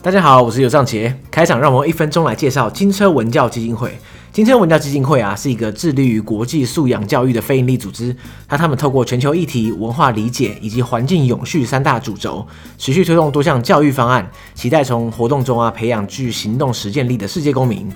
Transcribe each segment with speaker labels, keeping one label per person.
Speaker 1: 大家好，我是尤尚杰。开场让我们一分钟来介绍金车文教基金会。金车文教基金会啊，是一个致力于国际素养教育的非营利组织。它他们透过全球议题、文化理解以及环境永续三大主轴，持续推动多项教育方案，期待从活动中啊培养具行动实践力的世界公民。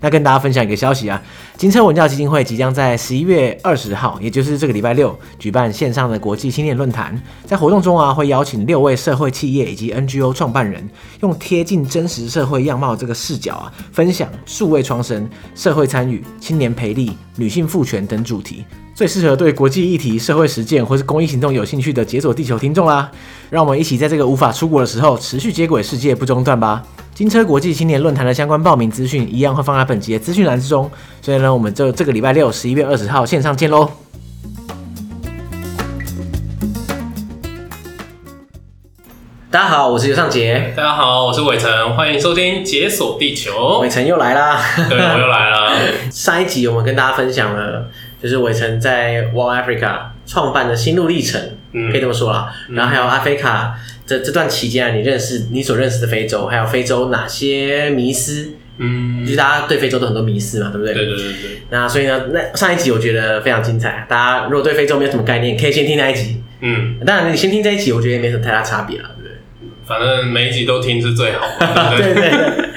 Speaker 1: 那跟大家分享一个消息啊，金车文教基金会即将在十一月二十号，也就是这个礼拜六，举办线上的国际青年论坛。在活动中啊，会邀请六位社会企业以及 NGO 创办人，用贴近真实社会样貌这个视角啊，分享数位创生、社会参与、青年培力、女性赋权等主题。最适合对国际议题、社会实践或是公益行动有兴趣的解锁地球听众啦！让我们一起在这个无法出国的时候，持续接轨世界不中断吧！金车国际青年论坛的相关报名资讯一样会放在本集的资讯栏之中，所以呢，我们就这个礼拜六十一月二十号线上见喽。大家好，我是尤尚杰，
Speaker 2: 大家好，我是伟成，欢迎收听《解锁地球
Speaker 1: 伟》。成又来啦。
Speaker 2: 对，我又 来了。
Speaker 1: 上一集我们跟大家分享了，就是伟成在 Wow Africa 创办的心路历程，
Speaker 2: 嗯
Speaker 1: 可以这么说啦。然后还有阿非卡这这段期间啊，你认识你所认识的非洲，还有非洲哪些迷思？
Speaker 2: 嗯
Speaker 1: 就，是大家对非洲都很多迷思嘛，对不对？
Speaker 2: 对对对对，
Speaker 1: 那所以呢，那上一集我觉得非常精彩，大家如果对非洲没有什么概念，可以先听那一集。
Speaker 2: 嗯，
Speaker 1: 当然，你先听这一集，我觉得也没什么太大差别了，对不对？
Speaker 2: 反正每一集都听是最好 的，对不
Speaker 1: 对
Speaker 2: 对？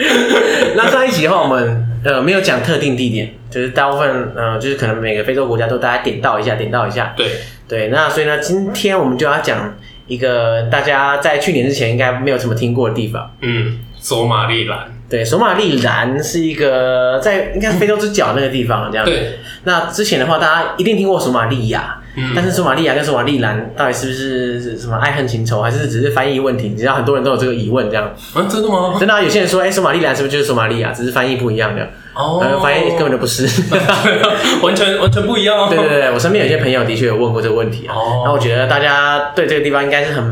Speaker 1: 对对。 那上一集的话，我们呃没有讲特定地点，就是大部分呃就是可能每个非洲国家都大家点到一下，点到一下。
Speaker 2: 对，
Speaker 1: 对，那所以呢，今天我们就要讲一个大家在去年之前应该没有什么听过的地方。
Speaker 2: 嗯，索马利兰，
Speaker 1: 对，索马利兰是一个在应该是非洲之角那个地方，这样。。
Speaker 2: 对，
Speaker 1: 那之前的话，大家一定听过索马利亚，
Speaker 2: 嗯
Speaker 1: 但是索马利亚跟索马利兰到底是不是是什么爱恨情仇，还是只是翻译问题？你知道很多人都有这个疑问，这样。
Speaker 2: 啊，真的 吗？
Speaker 1: 真的啊、有些人说，哎、索马利兰是不是就是索马利亚，只是翻译不一样的？然
Speaker 2: 哦
Speaker 1: 后，发现呃根本就不是。
Speaker 2: 完全完全不一样哦。
Speaker 1: 对对对，我身边有些朋友的确有问过这个问题啊。
Speaker 2: 哦
Speaker 1: 然后我觉得大家对这个地方应该是很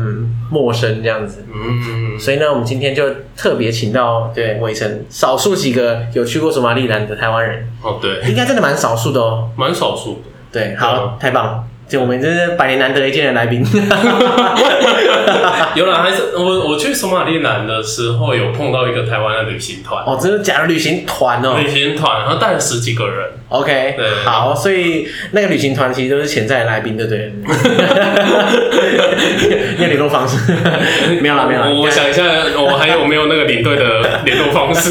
Speaker 1: 陌生这样子，
Speaker 2: 嗯，
Speaker 1: 所以呢，我们今天就特别请到对伟成少数几个有去过索马利兰的台湾人，
Speaker 2: 哦，对，
Speaker 1: 应该真的蛮少数的哦。
Speaker 2: 蛮少数的。
Speaker 1: 对，好，
Speaker 2: 嗯
Speaker 1: 太棒了！就我们这是百年难得一见的 来宾。
Speaker 2: 啊有啦，还是我我去索马利兰的时候，有碰到一个台湾的旅行团，
Speaker 1: 哦，真的假的旅行团哦
Speaker 2: 旅行团，然后带了十几个人。
Speaker 1: ？OK，
Speaker 2: 对
Speaker 1: 好，所以那个旅行团其实都是潜在的来宾，对不 对？你有联络方式？ 没有啦，没有啦。
Speaker 2: 我我想一下，我还有没有那个领队的联络 方式？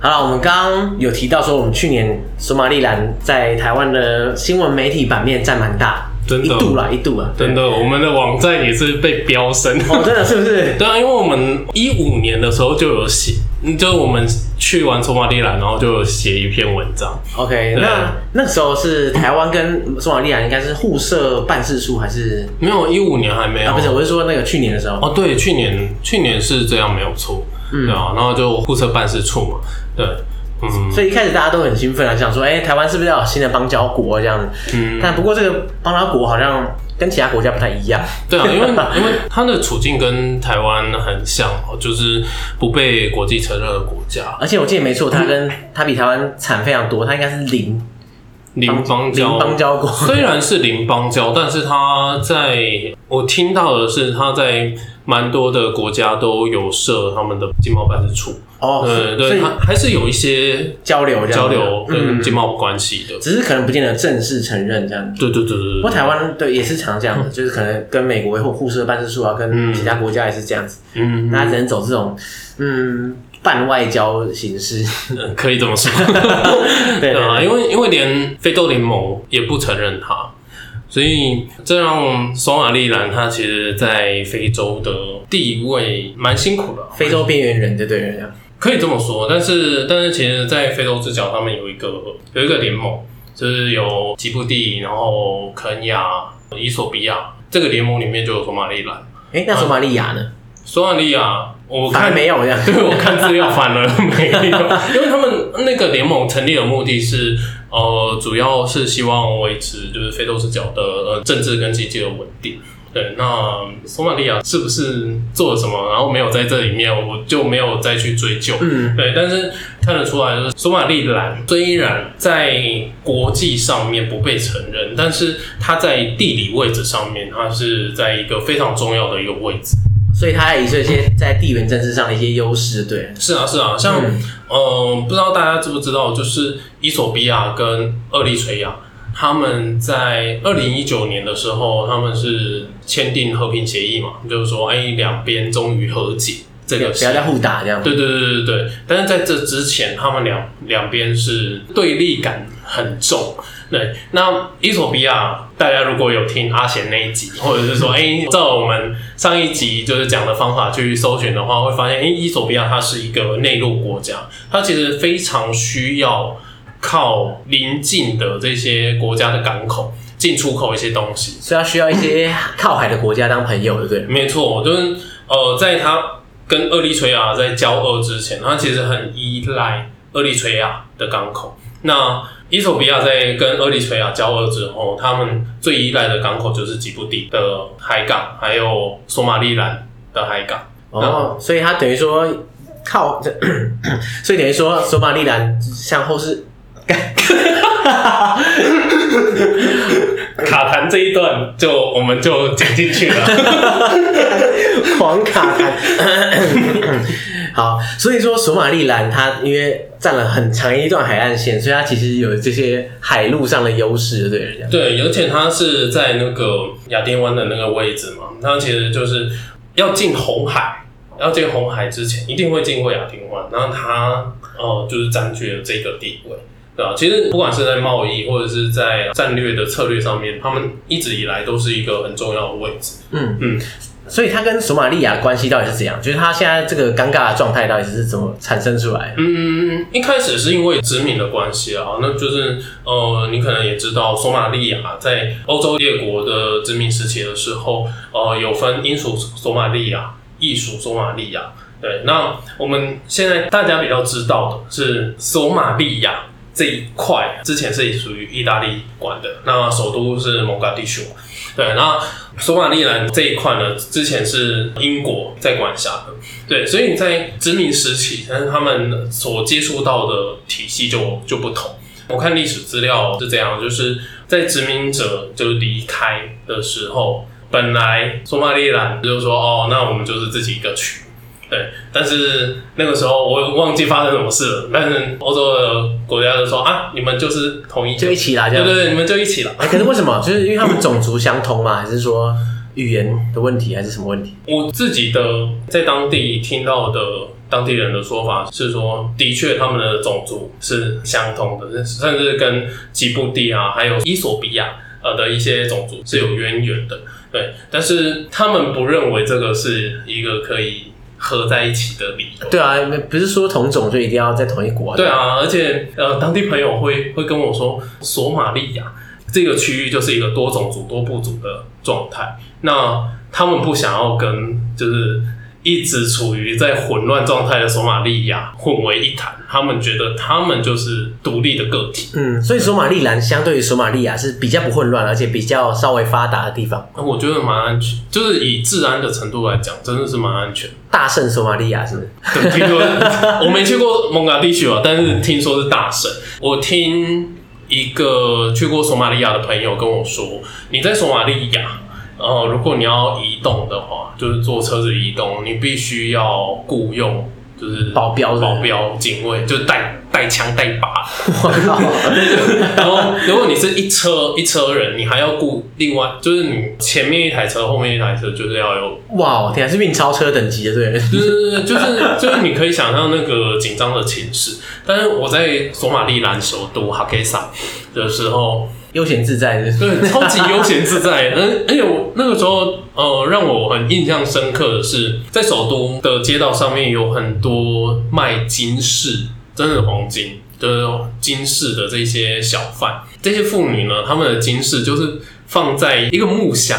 Speaker 1: 好了，我们刚刚有提到说，我们去年索马利兰在台湾的新闻媒体版面占蛮大，
Speaker 2: 真的
Speaker 1: 一度啦，一度啦，
Speaker 2: 真的，我们的网站也是被飙升。
Speaker 1: 哦，真的是不是？
Speaker 2: 对啊，因为我们一五年的时候就有写，嗯就是我们去完索马里兰，然后就有写一篇文章。
Speaker 1: OK，
Speaker 2: 对
Speaker 1: 那
Speaker 2: 啊
Speaker 1: 那时候是台湾跟索马利兰应该是互设办事处还是
Speaker 2: 没有，一五年还没有。
Speaker 1: 啊？不是，我是说那个去年的时候。
Speaker 2: 哦，对，去年去年是这样，没有错。对
Speaker 1: 嗯
Speaker 2: 啊，然后就互设办事处嘛。对，嗯，
Speaker 1: 所以一开始大家都很兴奋啊，想说，哎、台湾是不是要有新的邦交国这样子？
Speaker 2: 嗯
Speaker 1: 但不过这个邦交国好像跟其他国家不太一样。
Speaker 2: 对啊，因为因为它的处境跟台湾很像哦，就是不被国际承认的国 家，
Speaker 1: 而且我记得没错，它跟它比台湾产非常多，它应该是零
Speaker 2: 邻邦
Speaker 1: 零
Speaker 2: 交
Speaker 1: 邦交国。
Speaker 2: 虽然是邻邦交，但是他在我听到的是他在蛮多的国家都有设他们的经贸办事处，
Speaker 1: 哦，
Speaker 2: 对
Speaker 1: 所
Speaker 2: 对，
Speaker 1: 以
Speaker 2: 他还是有一些
Speaker 1: 交流这样子
Speaker 2: 交流
Speaker 1: 嗯
Speaker 2: 跟经贸关系的。
Speaker 1: 只是可能不见得正式承认这样。
Speaker 2: 对对对对
Speaker 1: 不过
Speaker 2: 对，
Speaker 1: 台湾对也是常这 样的，就是可能跟美国或互设办事处啊，跟
Speaker 2: 嗯
Speaker 1: 其他国家也是这样子，
Speaker 2: 嗯，
Speaker 1: 大家只能走这种嗯半外交形式。
Speaker 2: 嗯可以这么说，
Speaker 1: 对
Speaker 2: 对啊，
Speaker 1: 对
Speaker 2: 因为因为连非洲联盟也不承认他。所以，这让索马利兰它其实，在非洲的地位蛮辛苦的啊、
Speaker 1: 非洲边缘人对对对，
Speaker 2: 可以这么说，但是但是其实，在非洲之角，他们有一个有一个联盟，就是有吉布地，然后肯亚、伊索比亚这个联盟里面就有索马利兰、
Speaker 1: 哎，那索马利亚呢？
Speaker 2: 索马利亚。我
Speaker 1: 反而
Speaker 2: 看
Speaker 1: 没有这样。
Speaker 2: 对我看资料反而没有，因为他们那个联盟成立的目的是，呃，主要是希望维持就是非洲之角的呃政治跟经济的稳定。对，那索马利亚是不是做了什么，然后没有在这里面，我就没有再去追究。
Speaker 3: 嗯，
Speaker 2: 对，但是看得出来，就是索马利兰虽然在国际上面不被承认，但是它在地理位置上面，它是在一个非常重要的一个位置。
Speaker 3: 所以它也是有一些在地缘政治上的一些优势，对了。
Speaker 2: 是啊，是啊，像
Speaker 3: 嗯
Speaker 2: 嗯、呃不知道大家知不知道，就是伊索比亚跟厄立垂亚，他们在二零一九年的时候，他们是签订和平协议嘛，就是说，哎、两边终于和解这个
Speaker 3: 不要再互打这样。
Speaker 2: 对对对对对，但是在这之前，他们两两边是对立感很重。对，那伊索比亚，大家如果有听阿贤那一集，或者是说，哎、照我们上一集就是讲的方法去搜寻的话，会发现，哎、伊索比亚它是一个内陆国家，它其实非常需要靠邻近的这些国家的港口进出口一些东西。
Speaker 3: 所以它需要一些靠海的国家当朋友，对不对？
Speaker 2: 没错，就是呃，在他跟厄立垂亚啊在交恶之前，他其实很依赖厄立垂亚啊的港口。那伊索比亚在跟厄立垂亚啊交恶之后，他们最依赖的港口就是吉布地的海港，还有索马利兰的海港。然
Speaker 3: 哦
Speaker 2: 后，
Speaker 3: 所以它等于说靠， 所以等于说索马利兰像后世，
Speaker 2: 卡痰这一段就我们就剪进去了。
Speaker 3: 狂卡 弹。好，所以说索马利兰它因为占了很长一段海岸线，所以它其实有这些海陆上的优势，对不对？
Speaker 2: 对，而且它是在那个亚丁湾的那个位置嘛，它其实就是要进红海，要进红海之前一定会经过亚丁湾，然后它呃就是占据了这个地位，对吧、啊其实不管是在贸易或者是在战略的策略上面，他们一直以来都是一个很重要的位置。
Speaker 3: 嗯
Speaker 2: 嗯，
Speaker 3: 所以它跟索马利亚关系到底是怎样？就是它现在这个尴尬的状态到底是怎么产生出来的？
Speaker 2: 嗯，一开始是因为殖民的关系啊，那就是呃，你可能也知道，索马利亚在欧洲列国的殖民时期的时候，呃，有分英属索马利亚、意属索马利亚。对，那我们现在大家比较知道的是索马利亚这一块，之前是属于意大利管的，那首都是蒙嘎迪修。对，那索马利兰这一块呢，之前是英国在管辖的。对，所以你在殖民时期，但是他们所接触到的体系就就不同。我看历史资料是这样，就是在殖民者就离开的时候，本来索马利兰就说哦，那我们就是自己一个区。对，但是那个时候我忘记发生什么事了，但是欧洲的国家就说啊，你们就是同一个
Speaker 3: 就一起啦，这
Speaker 2: 对
Speaker 3: 样。
Speaker 2: 对对，你们就一起了。
Speaker 3: 哎可是为什么？就是因为他们种族相通吗？还是说语言的问题，还是什么问题？
Speaker 2: 我自己的在当地听到的当地人的说法是说，的确他们的种族是相通的，甚至跟吉布地啊，还有伊索比亚呃的一些种族是有渊源的。对，但是他们不认为这个是一个可以合在一起的理由。
Speaker 3: 对啊，不是说同种就一定要在同一国、
Speaker 2: 对，啊，而且呃，当地朋友会会跟我说，索马利亚这个区域就是一个多种族、多部族的状态。那他们不想要跟就是一直处于在混乱状态的索马利亚混为一谈，他们觉得他们就是独立的个体。
Speaker 3: 嗯，所以索马利兰相对于索马利亚是比较不混乱，啊而且比较稍微发达的地方，
Speaker 2: 我觉得蛮安全，就是以治安的程度来讲，真的是蛮安全。
Speaker 3: 大胜索马利亚 是不是？
Speaker 2: 对听说我没去过蒙嘎地区啊，但是听说是大神。我听一个去过索马利亚的朋友跟我说，你在索马利亚，呃，如果你要移动的话，就是坐车子移动，你必须要雇佣就是
Speaker 3: 保镖是不是
Speaker 2: 保镖、警卫，就带带枪带把。
Speaker 3: 我靠，
Speaker 2: 然后如果你是一车一车人，你还要雇另外，就是你前面一台车，后面一台车，就是要有
Speaker 3: 哇，天啊，是运钞车等级的，对不对。
Speaker 2: 就是就是 就是你可以想象那个紧张的情势，但是我在索马利兰首都哈克萨的时候，
Speaker 3: 悠闲自在是不是
Speaker 2: 对，超级悠闲自在。嗯，而且我那个时候，呃，让我很印象深刻的是，在首都的街道上面有很多卖金饰，真的黄金，就是金饰的这些小贩，这些妇女呢，她们的金饰就是放在一个木箱。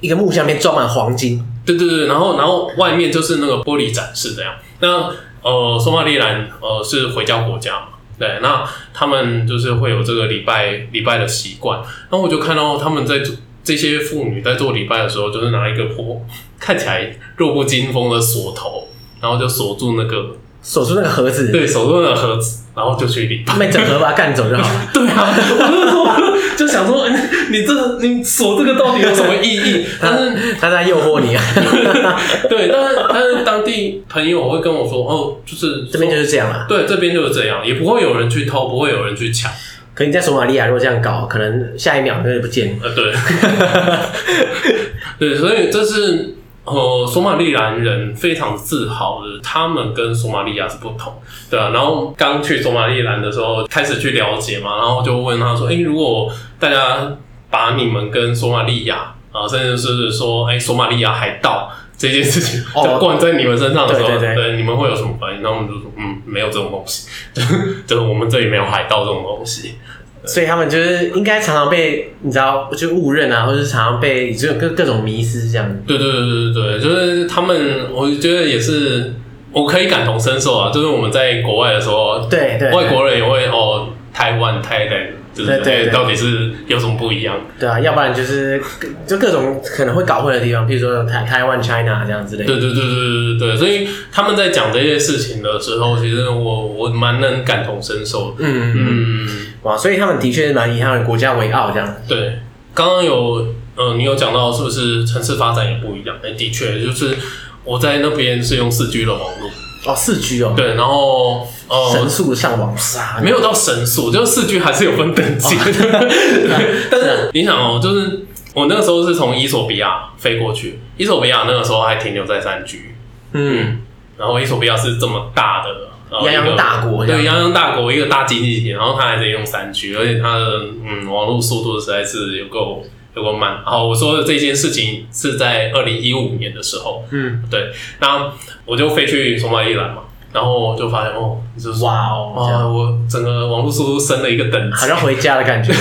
Speaker 3: 一个木箱里面装满黄金，
Speaker 2: 对对对，然后然后外面就是那个玻璃展示这样。那呃，索马利兰呃是回教国家嘛，对，那他们就是会有这个礼拜礼拜的习惯。然后我就看到他们在做这些妇女在做礼拜的时候，就是拿一个破 看起来弱不禁风的锁头，然后就锁住那个
Speaker 1: 锁住那个盒子，
Speaker 2: 对锁住那个盒子，然后就去礼拜。
Speaker 1: 他们 整盒把它干走就好了。
Speaker 2: 对啊， 我就说就想说， 嗯你这你锁这个到底有什么意义？但是
Speaker 1: 他在诱惑 你啊，
Speaker 2: 对，但是但是当地朋友会跟我说，哦，就是
Speaker 1: 这边就是这样啦。
Speaker 2: 对，这边就是这样，也不会有人去偷，不会有人去抢。
Speaker 1: 可你在索马利亚如果这样搞，可能下一秒那就不见了。
Speaker 2: 呃，对， 对，所以这是呃，索马利兰人非常自豪的，他们跟索马利亚是不同，对啊。然后刚去索马利兰的时候，开始去了解嘛，然后就问他说：“哎、如果大家把你们跟索马利亚啊，甚至是说，哎、索马利亚海盗。”这件事情
Speaker 1: 哦
Speaker 2: 就灌在你们身上的时候，
Speaker 1: 对对对
Speaker 2: 你们会有什么反应？然后我们就说，嗯，没有这种东西， 就是就是我们这里没有海盗这种东西。
Speaker 1: 所以他们就是应该常常被你知道，就误认啊，或者是常常被就各各种迷失这样。
Speaker 2: 对对对对对，就是他们，我觉得也是，我可以感同身受啊。就是我们在国外的时候，
Speaker 1: 对对，对
Speaker 2: 外国人也会哦，台湾、台湾，就是哎
Speaker 1: 对对对
Speaker 2: 到底是有什么不一样？
Speaker 1: 对啊，要不然就是就各种可能会搞混的地方，譬如说台台湾、China 这样之类的。
Speaker 2: 对对对对对对，所以他们在讲这些事情的时候，其实我我蛮能感同身受的。
Speaker 1: 嗯，
Speaker 2: 嗯，
Speaker 1: 哇，所以他们的确是蛮以他们国家为傲这样。
Speaker 2: 对，刚刚有呃，你有讲到是不是城市发展也不一样？哎、的确，就是我在那边是用四 G 的网络，
Speaker 1: 哦，四 G 哦，
Speaker 2: 对，然后呃，
Speaker 1: 神速上网杀，
Speaker 2: 没有到神速，就是四 G 还是有分等级的。
Speaker 1: 哦
Speaker 2: 对但是你想哦，就是我那个时候是从伊索比亚飞过去，伊索比亚那个时候还停留在三 G，
Speaker 1: 嗯，
Speaker 2: 然后伊索比亚是这么大的。呃
Speaker 1: 泱泱
Speaker 2: 一个
Speaker 1: 大国这样
Speaker 2: 对泱泱大国一个大经济体，然后它还在用三 G，而且它的嗯网络速度实在是有够有够慢。好，我说的这件事情是在二零一五年的时候，
Speaker 1: 嗯，
Speaker 2: 对，那我就飞去索马里兰嘛，然后就发现哦，就是
Speaker 1: 哇哦这
Speaker 2: 哇，
Speaker 1: 样
Speaker 2: 我整个网络速度升了一个等 级
Speaker 1: 好。像回家的感 觉。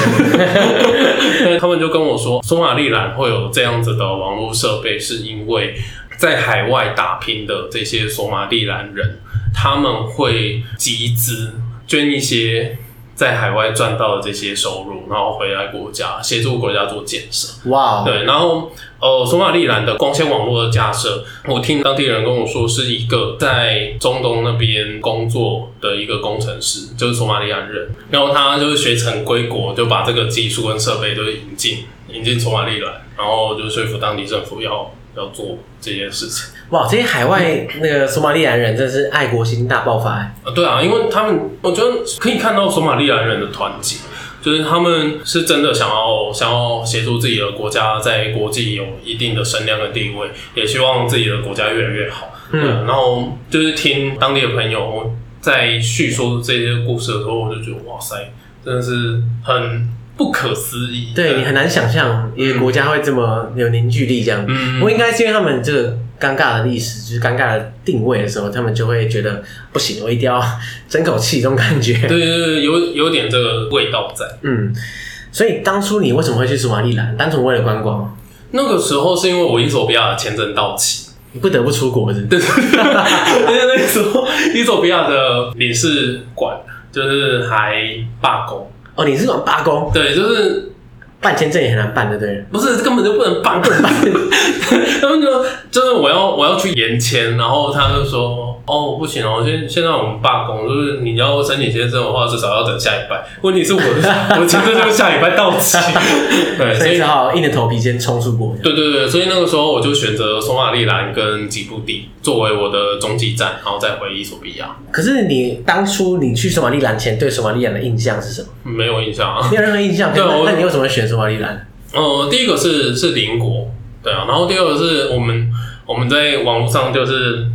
Speaker 2: 他们就跟我说，索马利兰会有这样子的网络设备，是因为在海外打拼的这些索马利兰人，他们会集资捐一些在海外赚到的这些收入，然后回来国家协助国家做建设。
Speaker 1: 哇哦，
Speaker 2: 对，然后呃，索马利兰的光纤网络的架设，我听当地人跟我说，是一个在中东那边工作的一个工程师，就是索马利兰人，然后他就是学成归国，就把这个技术跟设备都引进引进索马利兰，然后就说服当地政府要要做这件事情。
Speaker 1: 哇，这些海外那个索马利兰人真是爱国心大爆发哎。
Speaker 2: 啊，对啊，因为他们，我觉得可以看到索马利兰人的团结，就是他们是真的想要想要协助自己的国家在国际有一定的声量跟地位，也希望自己的国家越来越好。
Speaker 1: 嗯
Speaker 2: 对啊，然后就是听当地的朋友在叙述这些故事的时候，我就觉得哇塞，真的是很不可思议。
Speaker 1: 对你很难想象一个国家会这么有凝聚力这样。
Speaker 2: 嗯
Speaker 1: 不过应该是因为他们这个尴尬的历史，就是尴尬的定位的时候，他们就会觉得不行，我一定要争口气这种感觉。
Speaker 2: 呃对对对，有有点这个味道在。
Speaker 1: 嗯，所以当初你为什么会去索马利兰？单纯为了观光，
Speaker 2: 那个时候是因为我伊索比亚的签证到期，
Speaker 1: 你不得不出国是不是？
Speaker 2: 而且那个时候，伊索比亚的领事馆就是还罢工，
Speaker 1: 哦，你是种罢工，
Speaker 2: 对，就是
Speaker 1: 办签证也很难办的，对。
Speaker 2: 不是根本就不能办，不能办。他们就就是我要我要去延签，然后他就说哦不行哦，现现在我们罢工，就是你要申请签证的话，至少要等下礼拜。问题是我我签证就是下礼拜到期，对，
Speaker 1: 所
Speaker 2: 所
Speaker 1: 以
Speaker 2: 以
Speaker 1: 只。好硬着头皮先冲出国。
Speaker 2: 对对对，所以那个时候我就选择索马利兰跟吉布地作为我的中继站，然后再回伊索比亚，
Speaker 1: 可是你当初你去索马利兰前对索马利兰的印象是什么？
Speaker 2: 没有印象啊。
Speaker 1: 没有任何印象。
Speaker 2: 对
Speaker 1: 那
Speaker 2: 我
Speaker 1: 那你为什么会选索马利兰？
Speaker 2: 呃，第一个是是邻国，对啊，然后第二个是我们我们在网络上就是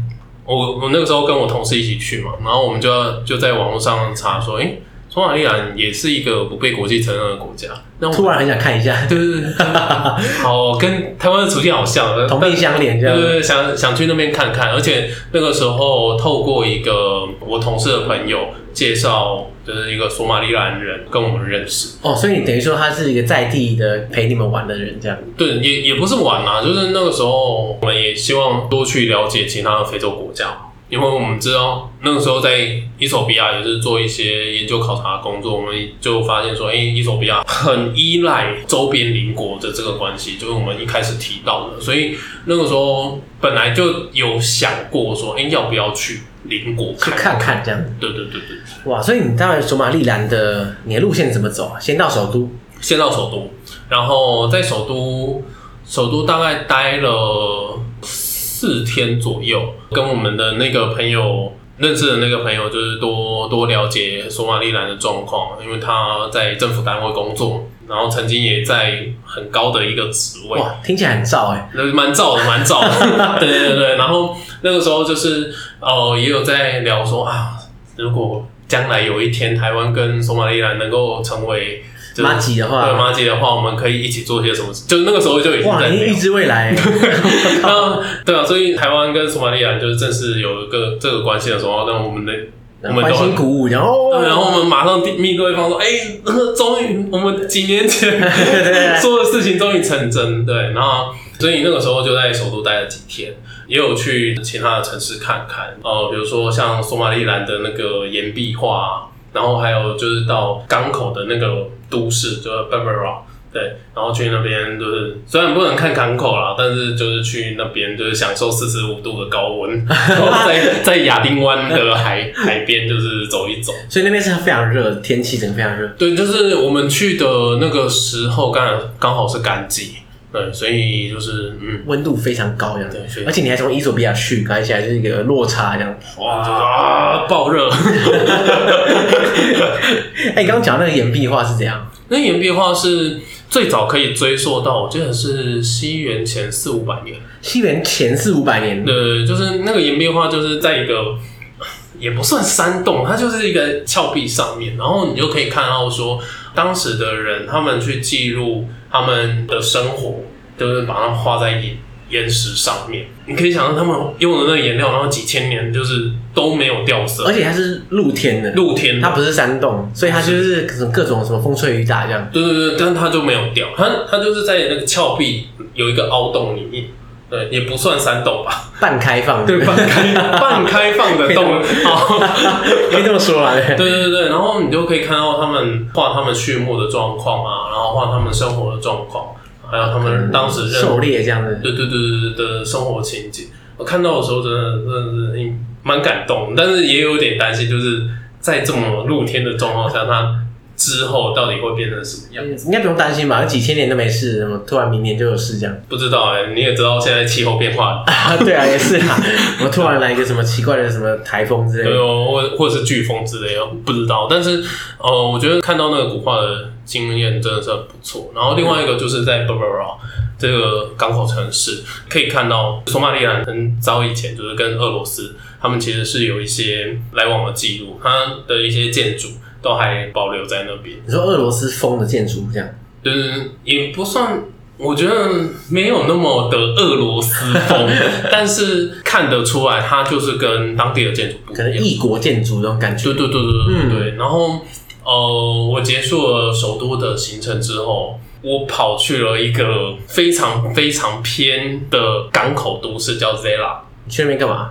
Speaker 2: 我我那个时候跟我同事一起去嘛，然后我们就要就在网络上查说，诶、索马利兰也是一个不被国际承认的国家，那
Speaker 1: 突
Speaker 2: 我
Speaker 1: 然很想看一下，
Speaker 2: 对对对，对 好跟台湾的处境好像，
Speaker 1: 同病相怜这
Speaker 2: 对
Speaker 1: 样。
Speaker 2: 对对，想想去那边看看，而且那个时候透过一个我同事的朋友介绍，就是一个索马利兰人跟我们认识。
Speaker 1: 哦，所以你等于说他是一个在地的陪你们玩的人，这样。
Speaker 2: 对，啊也也不是玩啦、就是那个时候我们也希望多去了解其他的非洲国家。因为我们知道那个时候在伊索比亚也是做一些研究考察工作，我们就发现说，哎、伊索比亚很依赖周边邻国的这个关系，就是我们一开始提到的，所以那个时候本来就有想过说，哎、要不要去邻国
Speaker 1: 去看看这样子。
Speaker 2: 对对对对，
Speaker 1: 哇，所以你当然索马利兰的你的路线怎么走啊？先到首都，
Speaker 2: 先到首都，然后在首都，首都大概待了四天左右，跟我们的那个朋友认识的那个朋友，就是多多了解索马利兰的状况，因为他在政府单位工作，然后曾经也在很高的一个职位，
Speaker 1: 哇，听起来很燥哎、
Speaker 2: 那蛮燥的，蛮燥的。对对对，然后那个时候就是哦、呃也有在聊说啊，如果将来有一天台湾跟索马利兰能够成为就是
Speaker 1: 马吉的
Speaker 2: 对
Speaker 1: 话，
Speaker 2: 马吉的话，我们可以一起做些什么事？就那个时候就已经
Speaker 1: 啊哇，
Speaker 2: 在
Speaker 1: 你
Speaker 2: 聊
Speaker 1: 预知未 来、
Speaker 2: 那对啊，所以台湾跟索马利兰就是正式有一个这个关系的时候，那我们的我们
Speaker 1: 欢欣
Speaker 2: 都。
Speaker 1: 鼓舞，然后
Speaker 2: 然后我们马上密对方说：“哎、 终于，我们几年前
Speaker 1: 对对对
Speaker 2: 做的事情终于成真。”对，然后所以那个时候就在首都待了几天，也有去其他的城市看看。呃，比如说像索马利兰的那个岩壁画啊、然后还有就是到港口的那个都市，就是 Barbara，对，然后去那边就是虽然不能看港口啦，但是就是去那边就是享受四十五度的高温， 然后在在亚丁湾的海海边就是走一走。
Speaker 1: 所以那边是非常热，天气真的非常热。
Speaker 2: 对，就是我们去的那个时候刚刚好是干季，对，所以就是嗯，
Speaker 1: 温度非常高，这样
Speaker 2: 对所
Speaker 1: 子，
Speaker 2: 以
Speaker 1: 而且你还从伊索比亚去，感觉起来就是一个落差这样。
Speaker 2: 哇，啊爆热。
Speaker 1: 哎、你刚刚讲那个岩壁画是怎样？
Speaker 2: 那岩壁画是最早可以追溯到，我记得是西元前四五百年。
Speaker 1: 西元前四五百年，
Speaker 2: 对，就是那个岩壁画，就是在一个也不算山洞，它就是一个峭壁上面，然后你就可以看到说，当时的人他们去记录他们的生活，就是把它画在岩岩石上面。你可以想象他们用的那个颜料，然后几千年就是都没有掉色
Speaker 1: 而，且它是露天的，
Speaker 2: 露天的
Speaker 1: 它不是山洞，所以它就是各种各种什么风吹雨打这样。
Speaker 2: 对对对，但它就没有掉，它它就是在那个峭壁有一个凹洞里面，对，也不算山洞吧，
Speaker 1: 半开放，
Speaker 2: 对，半开 半开放的洞，好。
Speaker 1: 可以这么说啦，对。
Speaker 2: 对对对，然后你就可以看到他们画他们畜牧的状况啊，然后画他们生活的状况，还有他们当时认
Speaker 1: 狩猎这样子，
Speaker 2: 对对对对对的生活情景。我看到的时候真的真的是蛮感动，但是也有点担心，就是在这么露天的状况下，它之后到底会变成什么样？
Speaker 1: 应该不用担心吧？几千年都没事，怎么突然明年就有事这样？
Speaker 2: 不知道哎、你也知道现在气候变化，
Speaker 1: 啊，对啊，也是啊。我突然来一个什么奇怪的什么台风之类
Speaker 2: 对
Speaker 1: 的，
Speaker 2: 哦，或或者是飓风之类的，不知道。但是，呃，我觉得看到那个古画的经验真的是很不错。然后另外一个就是在 Berbera 这个港口城市，可以看到索马利兰很早以前就是跟俄罗斯他们其实是有一些来往的记录，它的一些建筑都还保留在那边，
Speaker 1: 你说俄罗斯风的建筑这样，
Speaker 2: 就是也不算。我觉得没有那么的俄罗斯 风，但是看得出来，它就是跟当地的建筑不一
Speaker 1: 可
Speaker 2: 样
Speaker 1: 能。异国建筑这种感觉
Speaker 2: 对，对对对对对。然后呃，我结束了首都的行程之后，我跑去了一个非常非常偏的港口都市，叫 Zela。
Speaker 1: 你去那边干嘛？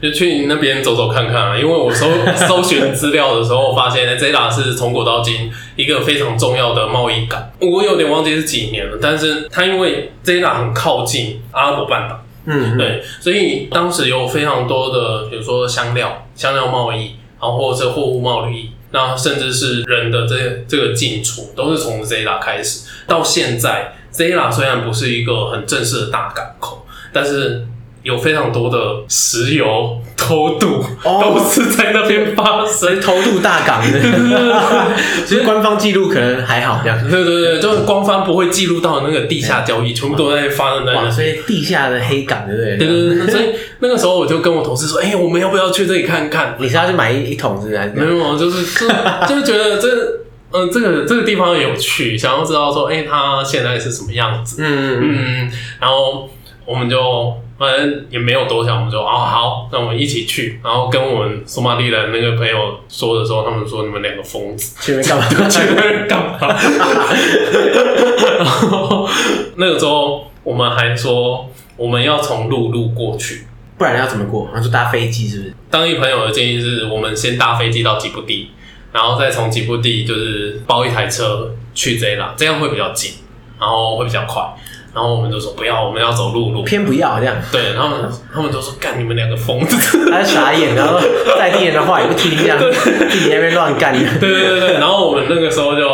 Speaker 2: 就去那边走走看看啊，因为我搜搜寻资料的时候，发现 Zela 是从古到今一个非常重要的贸易港。我有点忘记是几年了，但是它因为 Zela 很靠近阿拉伯半岛，
Speaker 1: 嗯，嗯，
Speaker 2: 对，所以当时有非常多的，比如说香料、香料贸易，然后或者是货物贸易，那甚至是人的这这个进出，都是从 Zela 开始。到现在，Zela 虽然不是一个很正式的大港口，但是有非常多的石油偷渡、
Speaker 1: 哦
Speaker 2: 都是在那边发生。
Speaker 1: 偷渡大港 的，其实官方记录可能还好这样。
Speaker 2: 对对对，就是官方不会记录到的那个地下交易，全部都在发生在那
Speaker 1: 哇，所以地下的黑港，对不对？
Speaker 2: 对对对，所以那个时候我就跟我同事说：“哎、我们要不要去这里看看？”
Speaker 1: 你是要去买一一桶是不是？还是
Speaker 2: 没有，就是就就是觉得这嗯、这个这个地方有趣，想要知道说，哎、它现在是什么样子？
Speaker 1: 嗯嗯嗯，
Speaker 2: 嗯，然后我们就反正也没有多想，我们就啊、好，那我们一起去。然后跟我们索马里的那个朋友说的时候，他们说你们两个疯子，
Speaker 1: 去那边干嘛？
Speaker 2: 去那边干嘛？ 然后那个时候我们还说我们要从陆路过去。
Speaker 1: 不不然要怎么过？然后就搭飞机是不是？
Speaker 2: 当地朋友的建议是我们先搭飞机到吉布地，然后再从吉布地就是包一台车去 z 拉，这样会比较近，然后会比较快。然后我们就说不要，我们要走陆路。
Speaker 1: 偏不要这样，
Speaker 2: 对，然后他们他们就说干你们两个疯 子。
Speaker 1: 他就傻眼，然后在地人的话也不听，这样自己在那边乱干。
Speaker 2: 对对对对，然后我们那个时候就，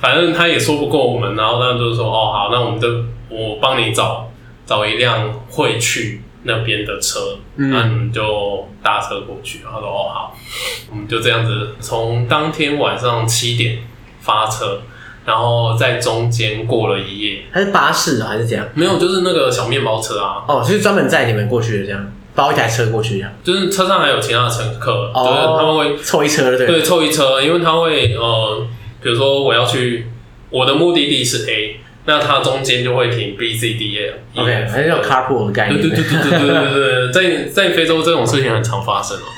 Speaker 2: 反正他也说不过我们，然后他就说哦好，那我们就我帮你找找一辆会去那边的车，
Speaker 1: 嗯
Speaker 2: 那你们就搭车过去。然后他说哦好，我们就这样子从当天晚上七点发车，然后在中间过了一夜，
Speaker 1: 他是巴士哦还是怎样？
Speaker 2: 没有就是那个小面包车啊，
Speaker 1: 哦，就是专门载你们过去的这样，包一台车过去这样。
Speaker 2: 就是车上还有其他的乘客，
Speaker 1: 哦，
Speaker 2: 就是他们会
Speaker 1: 凑一车，对，
Speaker 2: 对，凑一车，因为他会呃，比如说我要去我的目的地是 A，那它中间就会停 B、C、D、E。
Speaker 1: ，OK，还是有 carpool 的概
Speaker 2: 对
Speaker 1: 念。
Speaker 2: 对对对对对对对，在在非洲这种事情很常发生哦、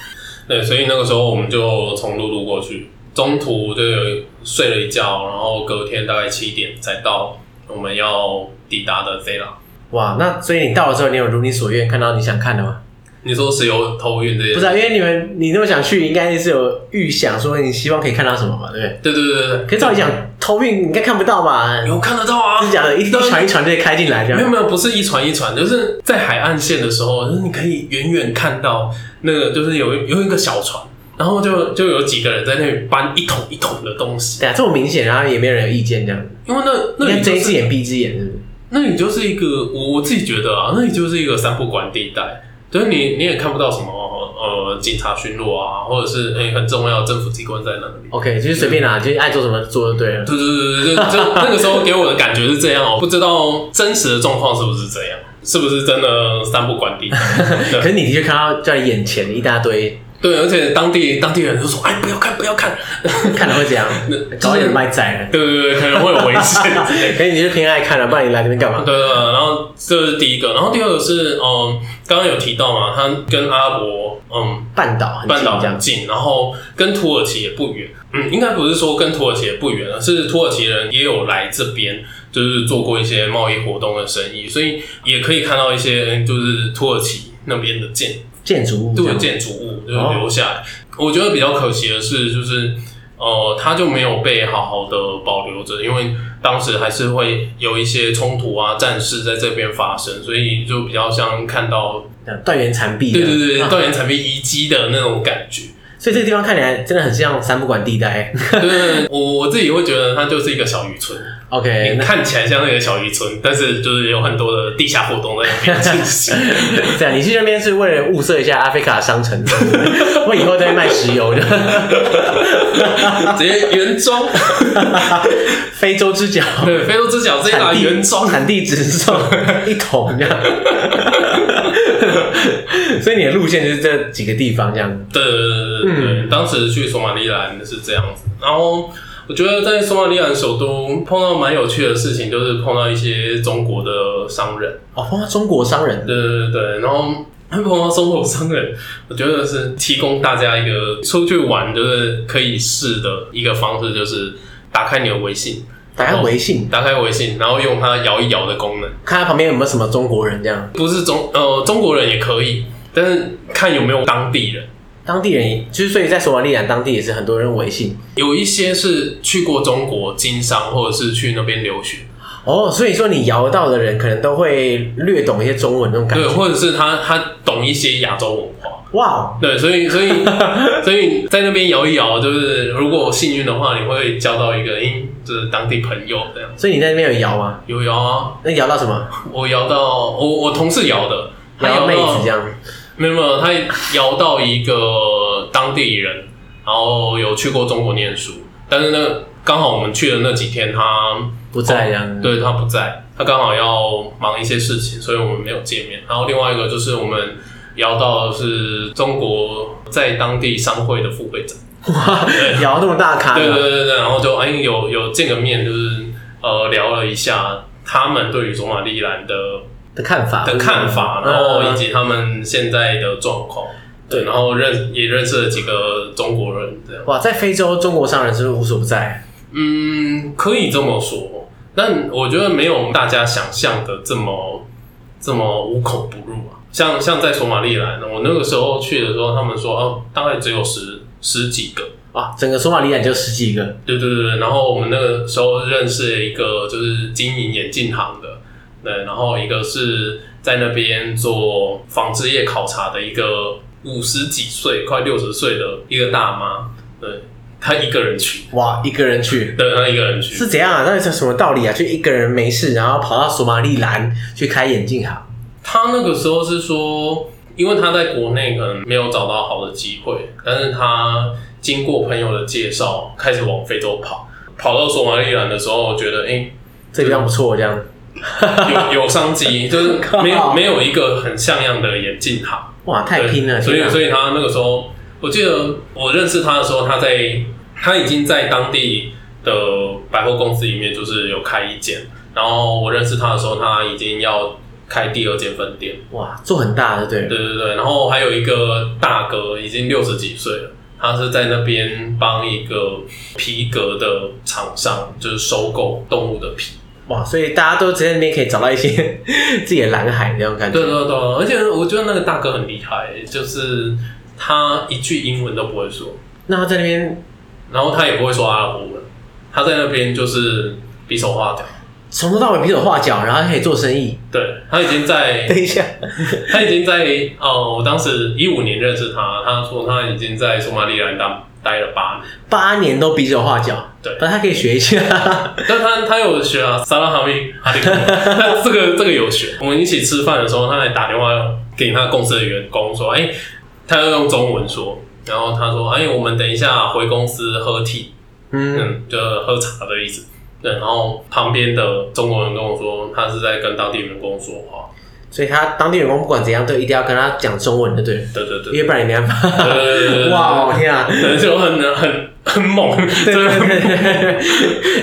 Speaker 2: 对，所以那个时候我们就从陆路过去，中途就有睡了一觉，然后隔天大概七点才到我们要抵达的 Zela。
Speaker 1: 哇，那所以你到了之后，你有如你所愿看到你想看的吗？
Speaker 2: 你说石油偷运这些？
Speaker 1: 不是、啊，因为你们你那么想去，应该是有预想说你希望可以看到什么嘛，对不对？
Speaker 2: 对对对对
Speaker 1: 可是照理讲，偷运你应该看不到吧？
Speaker 2: 对，有看得到啊！
Speaker 1: 是假的，一一
Speaker 2: 对
Speaker 1: 船一船就开进来这
Speaker 2: 没有
Speaker 1: 样。
Speaker 2: 没有，不是一船一船，就是在海岸线的时候，就是你可以远远看到那个，就是有一有一个小船，然后就就有几个人在那里搬一桶一桶的东西，
Speaker 1: 对啊，这么明显，然后也没有人有意见这样。
Speaker 2: 因为那
Speaker 1: 应
Speaker 2: 那
Speaker 1: 该
Speaker 2: 里、
Speaker 1: 睁
Speaker 2: 就
Speaker 1: 一只
Speaker 2: 是、
Speaker 1: 眼闭一只眼，是不是？
Speaker 2: 那里就是一个我我自己觉得啊，那里就是一个三不管地带，就是你你也看不到什么呃警察巡逻啊，或者是哎、很重要的政府机关在那里。
Speaker 1: OK，就是随便啦，
Speaker 2: 嗯
Speaker 1: 就是爱做什么做就对了。
Speaker 2: 对对对对对， 就就那个时候给我的感觉是这样哦，不知道真实的状况是不是这样，是不是真的三不管地带？ 对
Speaker 1: 可是你的确看到在眼前一大堆，
Speaker 2: 对，而且当地当地人就说：“哎，不要看，不要看。
Speaker 1: 看了会怎样
Speaker 2: 那？
Speaker 1: 搞一点卖宰 了”。
Speaker 2: 对对对，可能会有危险。
Speaker 1: 可是你就偏爱看了，不然你来这边干嘛
Speaker 2: 对？对对，然后这是第一个，然后第二个是，嗯，刚刚有提到嘛，它跟阿拉伯，嗯，
Speaker 1: 半岛很近
Speaker 2: 半岛
Speaker 1: 这样
Speaker 2: 很，近，然后跟土耳其也不远。嗯，应该不是说跟土耳其也不远，而是土耳其人也有来这边，就是做过一些贸易活动的生意，所以也可以看到一些嗯就是土耳其那边的建
Speaker 1: 建筑物这
Speaker 2: 对
Speaker 1: 样
Speaker 2: 建筑物就是
Speaker 1: 哦
Speaker 2: 留下来。我觉得比较可惜的是，就是呃，它就没有被好好的保留着，因为当时还是会有一些冲突啊、战事在这边发生，所以就比较像看到
Speaker 1: 这样断垣残壁。
Speaker 2: 对对对 对
Speaker 1: 啊
Speaker 2: 断垣残壁遗迹的那种感 觉。
Speaker 1: 所以这个地方看起来真的很像三不管地带。
Speaker 2: 对对对，我我自己会觉得它就是一个小渔村，
Speaker 1: OK，那哎
Speaker 2: 看起来像那个小渔村，但是就是有很多的地下活动在那 边进行。
Speaker 1: 这样你去那边是为了物色一下阿非卡的商城， 是不是我以后在那边卖石油的，
Speaker 2: 直接原装，
Speaker 1: 非洲之角，
Speaker 2: 对，非洲之角直接拿
Speaker 1: 产地
Speaker 2: 原装，
Speaker 1: 产地直送一桶这样。 所以你的路线就是这几个地方这样。
Speaker 2: 对对对对对，当时去索马里兰是这样子，然后。我觉得在索马里兰首都碰到蛮有趣的事情，就是碰到一些中国的商人，
Speaker 1: 哦，碰到中国商人，
Speaker 2: 对对对对，然后碰到中国商人，我觉得是提供大家一个出去玩就是可以试的一个方式，就是打开你的微信，
Speaker 1: 打开微信，
Speaker 2: 打开微信，然后用它摇一摇的功能，
Speaker 1: 看他旁边有没有什么中国人这样。
Speaker 2: 不是中呃中国人也可以，但是看有没有当地人。
Speaker 1: 当地人也就是，所以在索马里兰当地也是很多人微信
Speaker 2: 有一些是去过中国经商，或者是去那边留学，
Speaker 1: 哦。所以说你摇到的人可能都会略懂一些中文那种感
Speaker 2: 对，
Speaker 1: 觉。
Speaker 2: 或者是他他懂一些亚洲文化，
Speaker 1: 哇，哦
Speaker 2: 对，所以所 以所以在那边摇一摇，就是如果幸运的话，你会交到一个，因就是当地朋友这样。
Speaker 1: 所以你在那边有摇吗？
Speaker 2: 有摇啊，
Speaker 1: 那摇到什么？
Speaker 2: 我摇到我我同事摇的，他
Speaker 1: 摇
Speaker 2: 摇
Speaker 1: 到妹
Speaker 2: 到
Speaker 1: 子这样。
Speaker 2: 没有没有，他摇到一个当地人，然后有去过中国念书，但是呢，刚好我们去的那几天他
Speaker 1: 不在这样。
Speaker 2: 哦对他不在，他刚好要忙一些事情，所以我们没有见面。然后另外一个就是我们聊到的是中国在当地商会的副会长，
Speaker 1: 哇， 摇那么大咖
Speaker 2: 啊对对
Speaker 1: 的，
Speaker 2: 对对对，然后就哎有有见个面，就是呃聊了一下他们对于索马里兰的
Speaker 1: 的看法嗯
Speaker 2: 的看法，然后以及他们现在的状况。嗯对，然后认也认识了几个中国人，这样，
Speaker 1: 哇，在非洲中国商人是不是无所不在？
Speaker 2: 嗯，可以这么说，但我觉得没有大家想象的这么这么无孔不入啊。像像在索马利兰，我那个时候去的时候，他们说哦，大概只有十十几个，
Speaker 1: 啊，整个索马里兰就十几个，
Speaker 2: 对对对对。然后我们那个时候认识了一个就是经营眼镜行的，对，然后一个是在那边做纺织业考察的一个五十几岁快六十岁的一个大妈，对，她一个人去，
Speaker 1: 哇，一个人去
Speaker 2: 对，她一个人去，
Speaker 1: 是怎样啊？到底是什么道理啊？就一个人没事，然后跑到索马里兰去开眼镜啊行，
Speaker 2: 他那个时候是说，因为他在国内可能没有找到好的机会，但是他经过朋友的介绍，开始往非洲跑。跑到索马里兰的时候，觉得哎、
Speaker 1: 这地方不错，这样，
Speaker 2: 有有 商机，就是没有
Speaker 1: 靠
Speaker 2: 没有一个很像样的眼镜行，
Speaker 1: 哇，太
Speaker 2: 对
Speaker 1: 拼了，
Speaker 2: 所以
Speaker 1: 天啊哪
Speaker 2: 所以他那个时候，我记得我认识他的时候，他在他已经在当地的百货公司里面就是有开一间，然后我认识他的时候，他已经要开第二间分店。
Speaker 1: 哇，做很大的，对了，
Speaker 2: 对对对，然后还有一个大哥，已经六十几岁了，他是在那边帮一个皮革的厂商，就是收购动物的皮。
Speaker 1: 哇，所以大家都在那边可以找到一些 自己的蓝海那种感觉，
Speaker 2: 对对对，而且我觉得那个大哥很厉害，就是他一句英文都不会说，
Speaker 1: 那他在那边
Speaker 2: 然后他也不会说阿拉伯文，他在那边就是比手画脚。
Speaker 1: 从头到尾比手画脚，然后还可以做生意。
Speaker 2: 对他已 经在
Speaker 1: 等一下，
Speaker 2: 他已经在哦，我当时一五年认识他，他说他已经在索马里兰当待了八年。
Speaker 1: 八年都比手画脚，
Speaker 2: 对
Speaker 1: 但他可以学一下。
Speaker 2: 但他他有学啊，萨拉哈密哈利克，他这个这个有学。我们一起吃饭的时候，他还打电话给他公司的员工说，哎、他要用中文说，然后他说，哎、我们等一下回公司喝 tea，
Speaker 1: 嗯，
Speaker 2: 嗯，就喝茶的意思。对，然后旁边的中国人跟我说，他是在跟当地员工说话。
Speaker 1: 所以他当地员工不管怎样都一定要跟他讲中文的，对了，
Speaker 2: 对对对
Speaker 1: 因，为不然也没办法。
Speaker 2: 对对对对
Speaker 1: 哇，我天啊！
Speaker 2: 对就很很很猛，
Speaker 1: 对
Speaker 2: 真
Speaker 1: 对
Speaker 2: 的很
Speaker 1: 对
Speaker 2: 猛。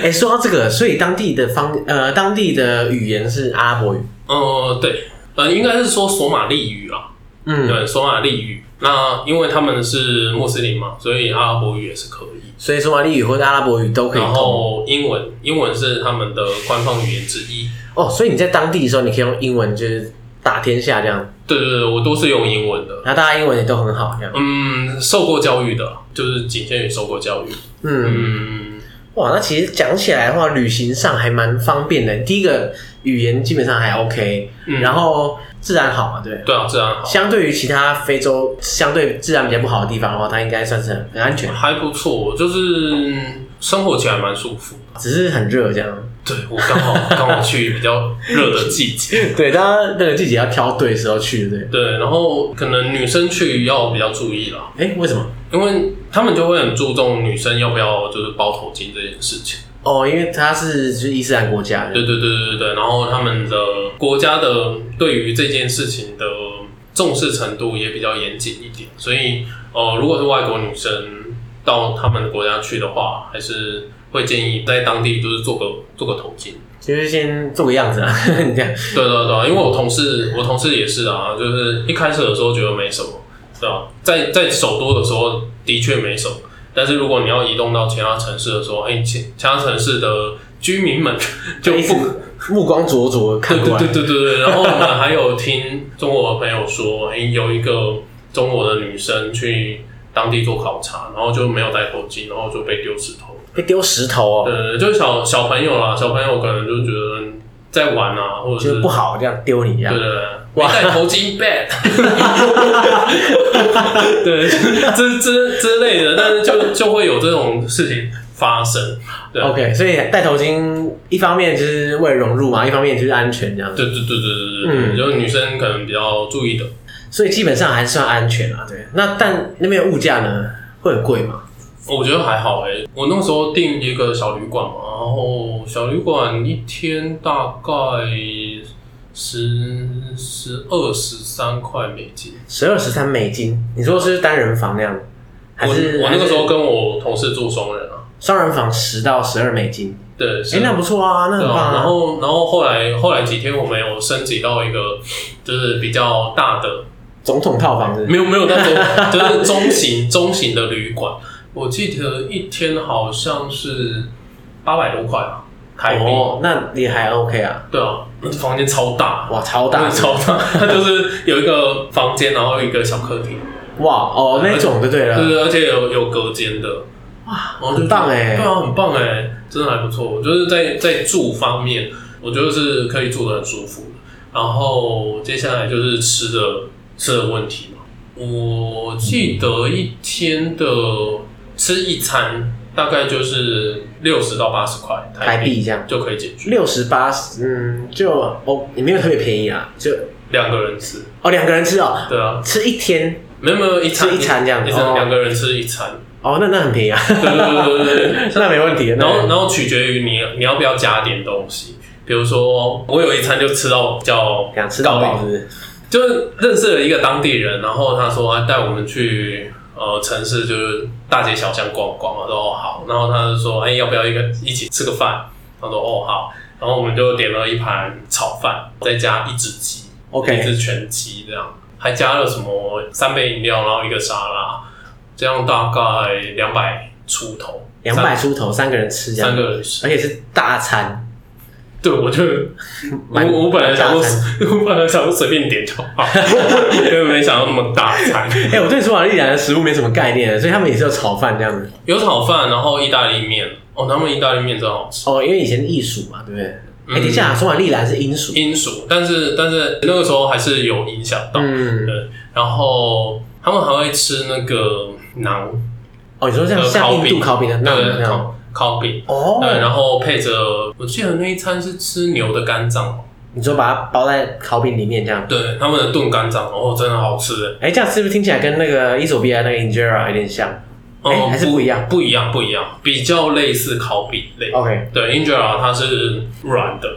Speaker 1: 对，哎、说到这个，所以当地的方呃，当地的语言是阿拉伯语，
Speaker 2: 呃，对，呃，应该是说索马利语啊。
Speaker 1: 嗯，
Speaker 2: 对，索马利语。那因为他们是穆斯林嘛，所以阿拉伯语也是可以。
Speaker 1: 所以索马里语或者阿拉伯语都可以
Speaker 2: 然
Speaker 1: 通
Speaker 2: 后英文，英文是他们的官方语言之一。
Speaker 1: 哦。所以你在当地的时候，你可以用英文就是打天下这样，
Speaker 2: 对对对，我都是用英文的。
Speaker 1: 然后大家英文也都很好这样，
Speaker 2: 嗯，受过教育的，就是仅限于受过教育。
Speaker 1: 嗯。
Speaker 2: 嗯，
Speaker 1: 哇，那其实讲起来的话，旅行上还蛮方便的。第一个语言基本上还 OK，、
Speaker 2: 嗯
Speaker 1: 然后自然好嘛，对。
Speaker 2: 对啊，自然好，
Speaker 1: 相对于其他非洲相对治安比较不好的地方的话，它应该算是很很安全，
Speaker 2: 还不错，就是生活起来蛮舒服。
Speaker 1: 只是很热这样。
Speaker 2: 对我刚好刚好去比较热的季 节，
Speaker 1: 对，大家那个季节要挑对时候去，对。
Speaker 2: 对，然后可能女生去要比较注意啦，
Speaker 1: 哎、为什么？
Speaker 2: 因为他们就会很注重女生要不要就是包头巾这件事情。
Speaker 1: 哦，因为它是就是伊斯兰国家，
Speaker 2: 对对对对对对，然后他们的国家的对于这件事情的重视程度也比较严谨一点，所以呃，如果是外国女生到他们国家去的话，还是会建议在当地就是做个做个头巾。
Speaker 1: 就是先做个样子啊， 你这样。
Speaker 2: 对对对，因为我同事我同事也是啊，就是一开始的时候觉得没什么，对吧？在在首都的时候的确没什么，但是如果你要移动到其他城市的时候，哎、其其他城市的居民们 就
Speaker 1: 一直
Speaker 2: 不
Speaker 1: 目光灼灼地看过来，
Speaker 2: 对对对对对。然后我们还有听中国的朋友说，哎、有一个中国的女生去当地做考察，然后就没有戴头巾，然后就被丢石头。
Speaker 1: 被丢石头哦，
Speaker 2: 呃，就是小小朋友啦，小朋友可能就觉得在玩啊，或者
Speaker 1: 就是是不好这样丢你这样
Speaker 2: 对。对对，没戴头巾 bad，对，之之之类的，但是就就会有这种事情发生。对
Speaker 1: OK，所以戴头巾一方面就是为了融入嘛，一方面就是安全这样子，
Speaker 2: 对对对对对对，
Speaker 1: 嗯
Speaker 2: 就是女生可能比较注意的。
Speaker 1: 所以基本上还算安全啦。对，那但那边的物价呢会很贵嘛？
Speaker 2: 我觉得还好哎、我那个时候订一个小旅馆嘛，然后小旅馆一天大概十十二十三块美金。
Speaker 1: 十二十三美金，你说是单人房那样，还
Speaker 2: 我
Speaker 1: 是
Speaker 2: 我那个时候
Speaker 1: 还是
Speaker 2: 跟我同事住双人啊，
Speaker 1: 双人房十到十二美金？
Speaker 2: 对，
Speaker 1: 哎、
Speaker 2: 是
Speaker 1: 那不错啊，那
Speaker 2: 对
Speaker 1: 很棒
Speaker 2: 啊，
Speaker 1: 啊。
Speaker 2: 然后然后后来后来几天我们有升级到一个就是比较大的，
Speaker 1: 总统套房是不
Speaker 2: 没
Speaker 1: 是
Speaker 2: 有没有那种 就是中型中型的旅馆，我记得一天好像是八百多块吧台币，
Speaker 1: 哦哦，那也还 OK 啊。
Speaker 2: 对啊，那房间超大，
Speaker 1: 哇，超大
Speaker 2: 真的超大，它就是有一个房间，然后有一个小客厅，
Speaker 1: 哇哦那种就对
Speaker 2: 对
Speaker 1: 了，
Speaker 2: 对，而且有有隔间的，哇，然后就
Speaker 1: 很棒欸
Speaker 2: 对啊，很棒哎、真的还不错。就是在在住方面，我觉得是可以住得很舒服。然后接下来就是吃的吃的问题嘛，我记得一天的吃一餐大概就是六十到八十块
Speaker 1: 台币这样
Speaker 2: 就可以解决，
Speaker 1: 六十八，嗯，就哦也没有特别便宜啊，就
Speaker 2: 两个人吃，
Speaker 1: 哦两个人吃哦，
Speaker 2: 对啊，
Speaker 1: 吃一天
Speaker 2: 没有没有一餐
Speaker 1: 吃一餐这样
Speaker 2: 一
Speaker 1: 哦
Speaker 2: 餐两个人吃一餐，
Speaker 1: 哦，那那很便宜啊，
Speaker 2: 对对对对对。
Speaker 1: 那没问题。那
Speaker 2: 然后，然后取决于你你要不要加点东西，比如说我有一餐就吃到比较
Speaker 1: 想吃到饱是不是？
Speaker 2: 就是认识了一个当地人，然后他说哎他带我们去呃城市，就是大街小巷逛逛，我说哦好，然后他就说哎要不要一个一起吃个饭，他说哦好，然后我们就点了一盘炒饭，再加一只鸡
Speaker 1: OK
Speaker 2: 一只全鸡这样，还加了什么三杯饮料，然后一个沙拉，这样大概两百出头，
Speaker 1: 两百出头三个人吃这
Speaker 2: 三
Speaker 1: 样，
Speaker 2: 三个人吃
Speaker 1: 而。且是大餐，
Speaker 2: 对，我就我
Speaker 1: 蛮
Speaker 2: 我本来想说
Speaker 1: 蛮大，
Speaker 2: 我本来想说随便点就好， 因为没想到那么大餐。
Speaker 1: 哎、我对索马利亚的食物没什么概念，所以他们也是有炒饭这样子。
Speaker 2: 有炒饭，然后意大利面，哦，他们意大利面真好吃。
Speaker 1: 哦，因为以前是艺术嘛，对不对？哎、
Speaker 2: 嗯
Speaker 1: 等一下，索马利兰是英属，
Speaker 2: 英属，但是但是那个时候还是有影响到，
Speaker 1: 嗯，
Speaker 2: 对。然后他们还会吃那个馕，
Speaker 1: 哦，你说像
Speaker 2: 呃
Speaker 1: 像印度烤饼的那种
Speaker 2: 对，
Speaker 1: 那种，
Speaker 2: 烤烤饼，对，
Speaker 1: 哦，
Speaker 2: 然后配着，我记得那一餐是吃牛的肝脏，
Speaker 1: 你说把它包在烤饼里面这样，
Speaker 2: 对，他们的炖肝脏，哦，真的好吃，
Speaker 1: 哎、这样是不是听起来跟那个伊索比亚那个 injera 有点像
Speaker 2: 哦，
Speaker 1: 哎还是不一样哦
Speaker 2: 不一样，不一样，比较类似烤饼类。
Speaker 1: ？OK，
Speaker 2: 对，Angela 它是软的，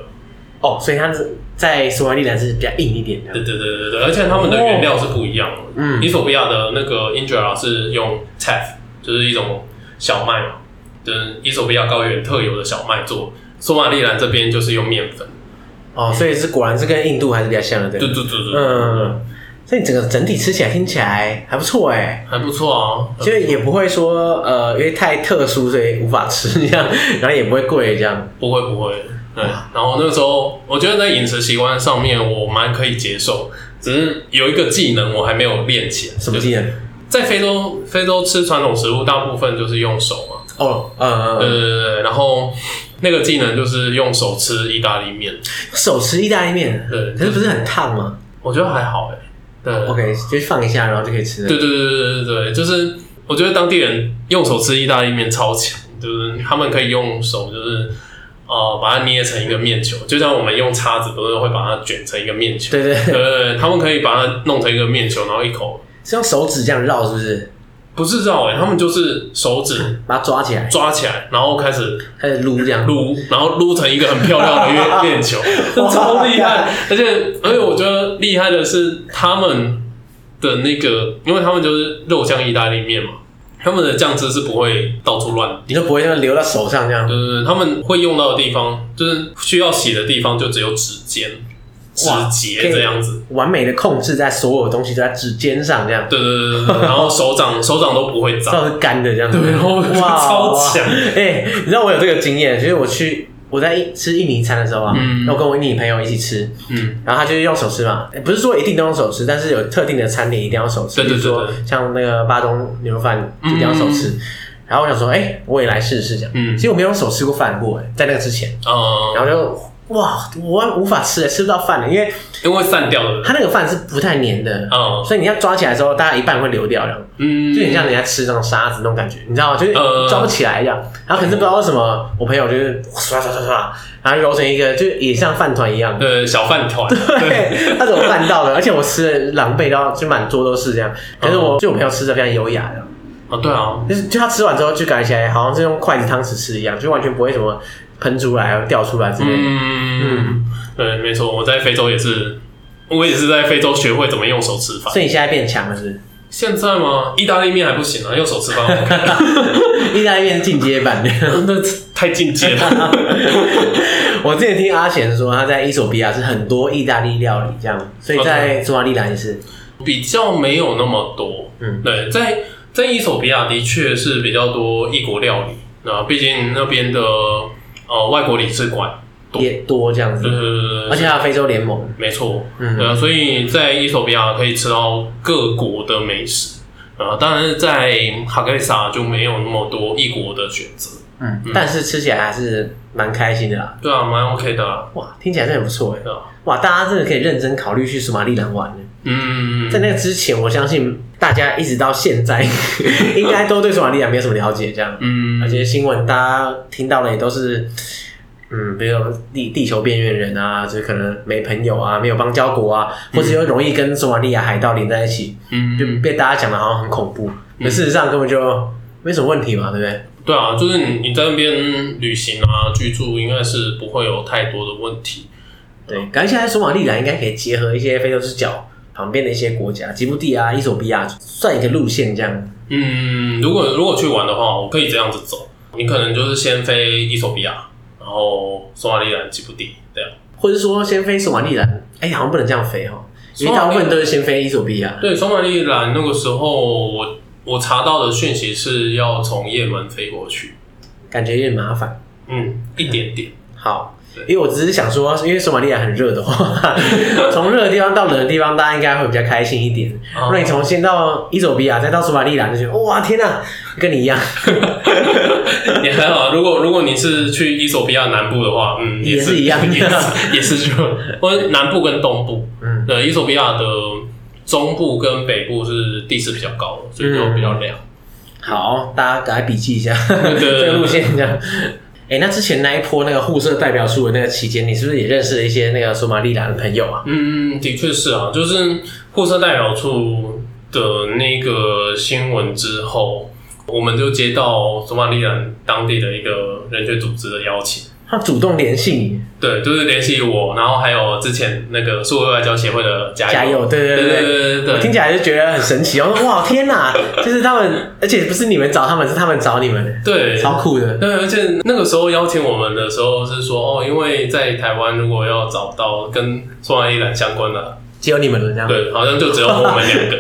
Speaker 1: 哦，所以它是在索马利兰是比较硬一点的
Speaker 2: 对，对对对对，而且它们的原料是不一样的。
Speaker 1: 哦嗯
Speaker 2: 伊索比亚的那个 Angela 是用 teff，就是一种小麦嘛，就是伊索比亚高原特有的小麦做。索马利兰这边就是用面粉。
Speaker 1: 哦，所以是果然是跟印度还是比较像的，对
Speaker 2: 对
Speaker 1: 不对，
Speaker 2: 对对对，
Speaker 1: 嗯，所以整个整体吃起来听起来还不错哎、
Speaker 2: 还不错啊。
Speaker 1: 就也不会说呃，因为太特殊，所以无法吃这样， 然后也不会贵这样。
Speaker 2: 不会不会，对。然后那时候我觉得在饮食习惯上面我蛮可以接受，只是有一个技能我还没有练起来。
Speaker 1: 什么技能？
Speaker 2: 在非洲，非洲吃传统食物大部分就是用手嘛，
Speaker 1: 哦，呃，
Speaker 2: 对对对对。然后那个技能就是用手吃意大利面，
Speaker 1: 手持意大利面，
Speaker 2: 对
Speaker 1: 可是不是很烫吗
Speaker 2: 我觉得还好哎、对
Speaker 1: ？OK，就放一下，然后就可以吃了。
Speaker 2: 对对对对对对，就是我觉得当地人用手吃意大利面超强，就是他们可以用手就是呃把它捏成一个面球，就像我们用叉子都是会把它卷成一个面球。
Speaker 1: 对对，
Speaker 2: 对对对，他们可以把它弄成一个面球，然后一口
Speaker 1: 是用手指这样绕，是不是？
Speaker 2: 不是绕哎、他们就是手指
Speaker 1: 把它抓起来，
Speaker 2: 抓起来，然后开始
Speaker 1: 开始撸这样。
Speaker 2: 撸，然后撸成一个很漂亮的 月面球，这超厉害。而且而且我觉得厉害的是他们的那个，因为他们就是肉酱意大利面嘛，他们的酱汁是不会到处乱
Speaker 1: 你就不会像流到手上这样
Speaker 2: 对，对对，他们会用到的地方，就是需要洗的地方，就只有指尖、指
Speaker 1: 哇
Speaker 2: 节这样子。
Speaker 1: 完美的控制在所有东西都在指尖上这样，
Speaker 2: 对对对对对，然后手掌手掌都不会脏。
Speaker 1: 到是干的这样子。
Speaker 2: 对，然后 超强。
Speaker 1: 哎、你知道我有这个经验，就是我去我在印吃印尼餐的时候啊，
Speaker 2: 嗯
Speaker 1: 然后跟我印尼朋友一起吃，
Speaker 2: 嗯，
Speaker 1: 然后他就是用手吃嘛，欸不是说一定都用手吃，但是有特定的餐点一定要手吃，
Speaker 2: 对对对
Speaker 1: 比如说
Speaker 2: 对
Speaker 1: 像那个巴东牛肉饭就一定要手吃。然后我想说，哎、我也来试试这样。
Speaker 2: 嗯
Speaker 1: 其实我没有用手吃过饭过，哎，在那个之前，
Speaker 2: 呃，
Speaker 1: 然后就哇，我无法吃，哎吃不到饭了，因为
Speaker 2: 因为散掉了。
Speaker 1: 它那个饭是不太粘的，
Speaker 2: 嗯
Speaker 1: 所以你要抓起来的时候，大概一半会流掉，这样
Speaker 2: 嗯，
Speaker 1: 就很像人家吃那种沙子那种感觉，你知道吗？就是
Speaker 2: 呃
Speaker 1: 抓不起来这样。然后可是不知道为什么，我朋友就是刷刷刷刷，然后揉成一个，就也像饭团一样。
Speaker 2: 对小饭团。
Speaker 1: 对，他怎么办到的？而且我吃的狼狈到就满桌都是这样，可是我就我朋友吃的非常优雅的，
Speaker 2: 哦，对啊，
Speaker 1: 就是就他吃完之后就感觉起来好像是用筷子汤匙吃一样，就完全不会什么喷出来、掉出来之类的。
Speaker 2: 嗯，对，没错，我在非洲也是，我也是在非洲学会怎么用手吃饭。
Speaker 1: 所以你现在变强了是
Speaker 2: 现在吗？意大利面还不行啊，用手吃 饭 OK，
Speaker 1: 不是？意大利面进阶版的。
Speaker 2: 那太进阶了。
Speaker 1: 我之前听阿贤说他在伊索比亚是很多意大利料理这样，所以在索马利兰也
Speaker 2: 哦
Speaker 1: 是。
Speaker 2: 比较没有那么多。
Speaker 1: 嗯
Speaker 2: 嗯，对，在在伊索比亚的确是比较多异国料理，那毕竟那边的呃外国领事馆
Speaker 1: 也多这样
Speaker 2: 对对
Speaker 1: 子，
Speaker 2: 对对对，
Speaker 1: 而且还有非洲联盟，
Speaker 2: 没错，
Speaker 1: 嗯
Speaker 2: 对啊，所以在伊索比亚可以吃到各国的美食啊，当然在哈格里萨就没有那么多异国的选择，
Speaker 1: 嗯，但是吃起来还是蛮开心的啦。
Speaker 2: 对啊，蛮 OK 的啊，
Speaker 1: 哇，听起来真的很不错哎
Speaker 2: 对！啊，
Speaker 1: 哇，大家真的可以认真考虑去索马里兰玩呢。
Speaker 2: 嗯，
Speaker 1: 在那个之前，我相信大家一直到现 在，应该都对索马里兰没有什么了解，这样。
Speaker 2: 嗯，
Speaker 1: 而且新闻大家听到的也都是，嗯，比如说地地球边缘人啊，就是可能没朋友啊，没有邦交国啊，或者又容易跟索马利亚海盗连在一起，
Speaker 2: 嗯，
Speaker 1: 就被大家讲的好像很恐怖，可事实上根本就没什么问题嘛，对不对？
Speaker 2: 对啊，就是你你在那边旅行啊居住，应该是不会有太多的问题。
Speaker 1: 对，感觉现在索马利兰应该可以结合一些非洲之角旁边的一些国家，吉布地啊、伊索比亚，算一个路线这样。
Speaker 2: 嗯，如果如果去玩的话，我可以这样子走，你可能就是先飞伊索比亚，然后索马里兰、吉布地这样。
Speaker 1: 或者说先飞索马利兰，哎、好像不能这样飞哦，因为大部分都是先飞伊索比亚。
Speaker 2: 对，索马里兰那个时候我。我查到的讯息是要从也门飞过去，
Speaker 1: 感觉有点麻烦。
Speaker 2: 嗯，一 点点，
Speaker 1: 好
Speaker 2: 对，
Speaker 1: 因为我只是想说，因为索马利亚很热的话， 从热的地方到冷的地方，大家应该会比较开心一点。
Speaker 2: 哦
Speaker 1: 如果你从先到伊索比亚，再到索马利兰，就觉得哇天哪、跟你一样，
Speaker 2: 也还好。如果如果你是去伊索比亚南部的话，嗯，
Speaker 1: 也是一样的
Speaker 2: 也是也是就或者南部跟东部，
Speaker 1: 嗯，
Speaker 2: 对，伊索比亚的中部跟北部是地势比较高的，所以就比较凉。
Speaker 1: 好，大家赶快笔记一下
Speaker 2: 对对
Speaker 1: 这个路线，这样。哎、那之前那一波那个互设代表处的那个期间，你是不是也认识了一些那个索马利兰的朋友啊？
Speaker 2: 嗯，的确是啊，就是沪社代表处的那个新闻之后，我们就接到索马里兰当地的一个人权组织的邀请。
Speaker 1: 他主动联系你，
Speaker 2: 对，就是联系我，然后还有之前那个数位外交协会的加
Speaker 1: 加油！对对
Speaker 2: 对
Speaker 1: 对
Speaker 2: 对
Speaker 1: 对
Speaker 2: 对对
Speaker 1: 我听
Speaker 2: 对，
Speaker 1: 起来就觉得很神奇，我说哇天哪，就是他们，而且不是你们找他们，是他们找你们，
Speaker 2: 对，
Speaker 1: 超酷的。
Speaker 2: 对，而且那个时候邀请我们的时候是说，哦，因为在台湾如果要找到跟索马里兰相关的，
Speaker 1: 只有你们了这样。
Speaker 2: 对，好像就只有我们两个。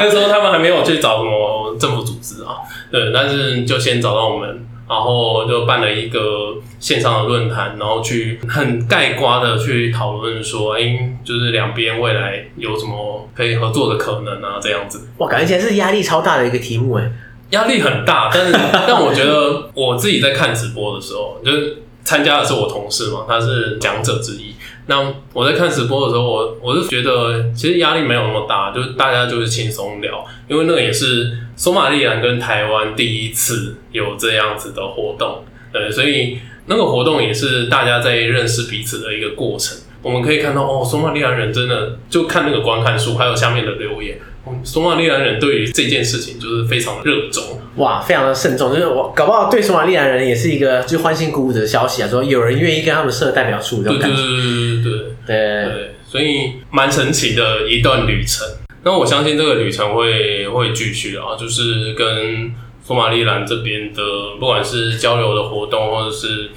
Speaker 2: 那时候他们还没有去找什么政府组织啊，对，但是就先找到我们，然后就办了一个线上的论坛，然后去很盖瓜的去讨论说，哎、就是两边未来有什么可以合作的可能啊，这样子。
Speaker 1: 哇，感觉起来是压力超大的一个题目哎。
Speaker 2: 压力很大， 但是但我觉得我自己在看直播的时候，就是参加的是我同事嘛，他是讲者之一。那我在看直播的时候，我我是觉得其实压力没有那么大，就是大家就是轻松聊，因为那个也是索马利兰跟台湾第一次有这样子的活动，对，所以那个活动也是大家在认识彼此的一个过程。我们可以看到哦，索马利兰人真的就看那个观看数，还有下面的留言，哦索马利兰人对于这件事情就是非常热衷。
Speaker 1: 哇，非常的慎重，就是我搞不好对索马利兰人也是一个就欢欣鼓舞的消息啊，说有人愿意跟他们设代表处这
Speaker 2: 对
Speaker 1: 种
Speaker 2: 对
Speaker 1: 感觉。
Speaker 2: 对对对对
Speaker 1: 对，
Speaker 2: 对，所以蛮神奇的一段旅程。那我相信这个旅程会会继续啊，就是跟索马利兰这边的，不管是交流的活动，或者是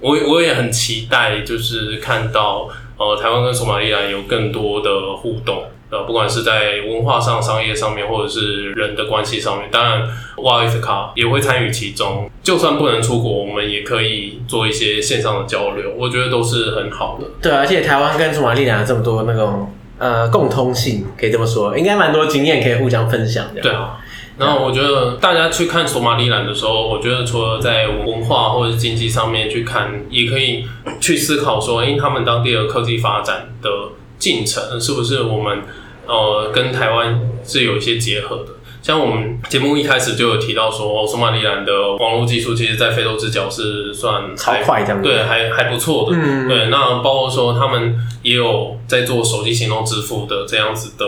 Speaker 2: 我我也很期待，就是看到呃台湾跟索马利兰有更多的互动。呃，不管是在文化上、商业上面，或者是人的关系上面，当然 w a f 卡也会参与其中。就算不能出国，我们也可以做一些线上的交流，我觉得都是很好的。
Speaker 1: 对，啊而且台湾跟索马利兰有这么多那种呃共通性，可以这么说，应该蛮多经验可以互相分享的。
Speaker 2: 对，啊。然后我觉得大家去看索马里兰的时候，我觉得除了在文化或者经济上面去看，也可以去思考说，因为他们当地的科技发展的进程是不是我们呃跟台湾是有一些结合的。像我们节目一开始就有提到说，哦索马里兰的网络技术其实在非洲之角是算
Speaker 1: 超
Speaker 2: 还
Speaker 1: 快这样子。
Speaker 2: 对，还还不错的。
Speaker 1: 嗯
Speaker 2: 对，那包括说他们也有在做手机行动支付的这样子的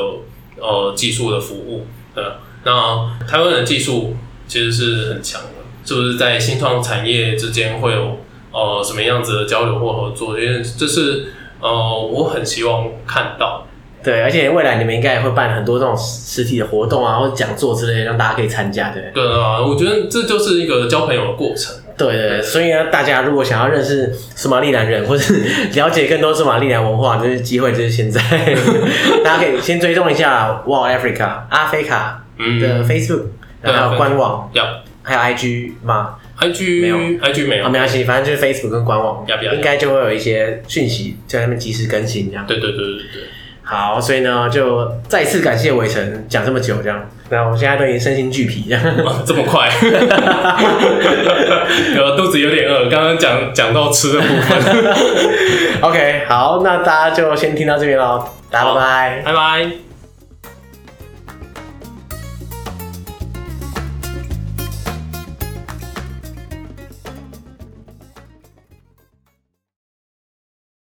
Speaker 2: 呃技术的服务。对，啊那台湾的技术其实是很强的，是不是在新创产业之间会有呃什么样子的交流或合作？因为这是呃我很希望看到。
Speaker 1: 对，而且未来你们应该也会办很多这种实体的活动啊，或者讲座之类的，让大家可以参加，对不对？
Speaker 2: 对啊，我觉得这就是一个交朋友的过程。
Speaker 1: 对对对，所以呢，大家如果想要认识索马利兰人，或是了解更多索马利兰文化，就是机会就是现 在，大家可以先追踪一下 Wow Africa 阿菲卡
Speaker 2: 嗯，啊
Speaker 1: 的 Facebook，、然后还有官网，
Speaker 2: 要
Speaker 1: 还有 IG 嘛，
Speaker 2: IG
Speaker 1: 没有
Speaker 2: IG 没有
Speaker 1: 啊，，没关系，反正就是 Facebook 跟官网
Speaker 2: 要不要
Speaker 1: 应该就会有一些讯息在那边及时更新这样。
Speaker 2: 对对对对对，
Speaker 1: 好，所以呢，就再次感谢伟成讲这么久这样，那我现在都已经身心俱疲这样。
Speaker 2: 哇，这么快，呃，肚子有点饿，刚刚讲讲到吃的部分，
Speaker 1: OK，好，那大家就先听到这边喽，大家拜拜。
Speaker 2: 拜拜。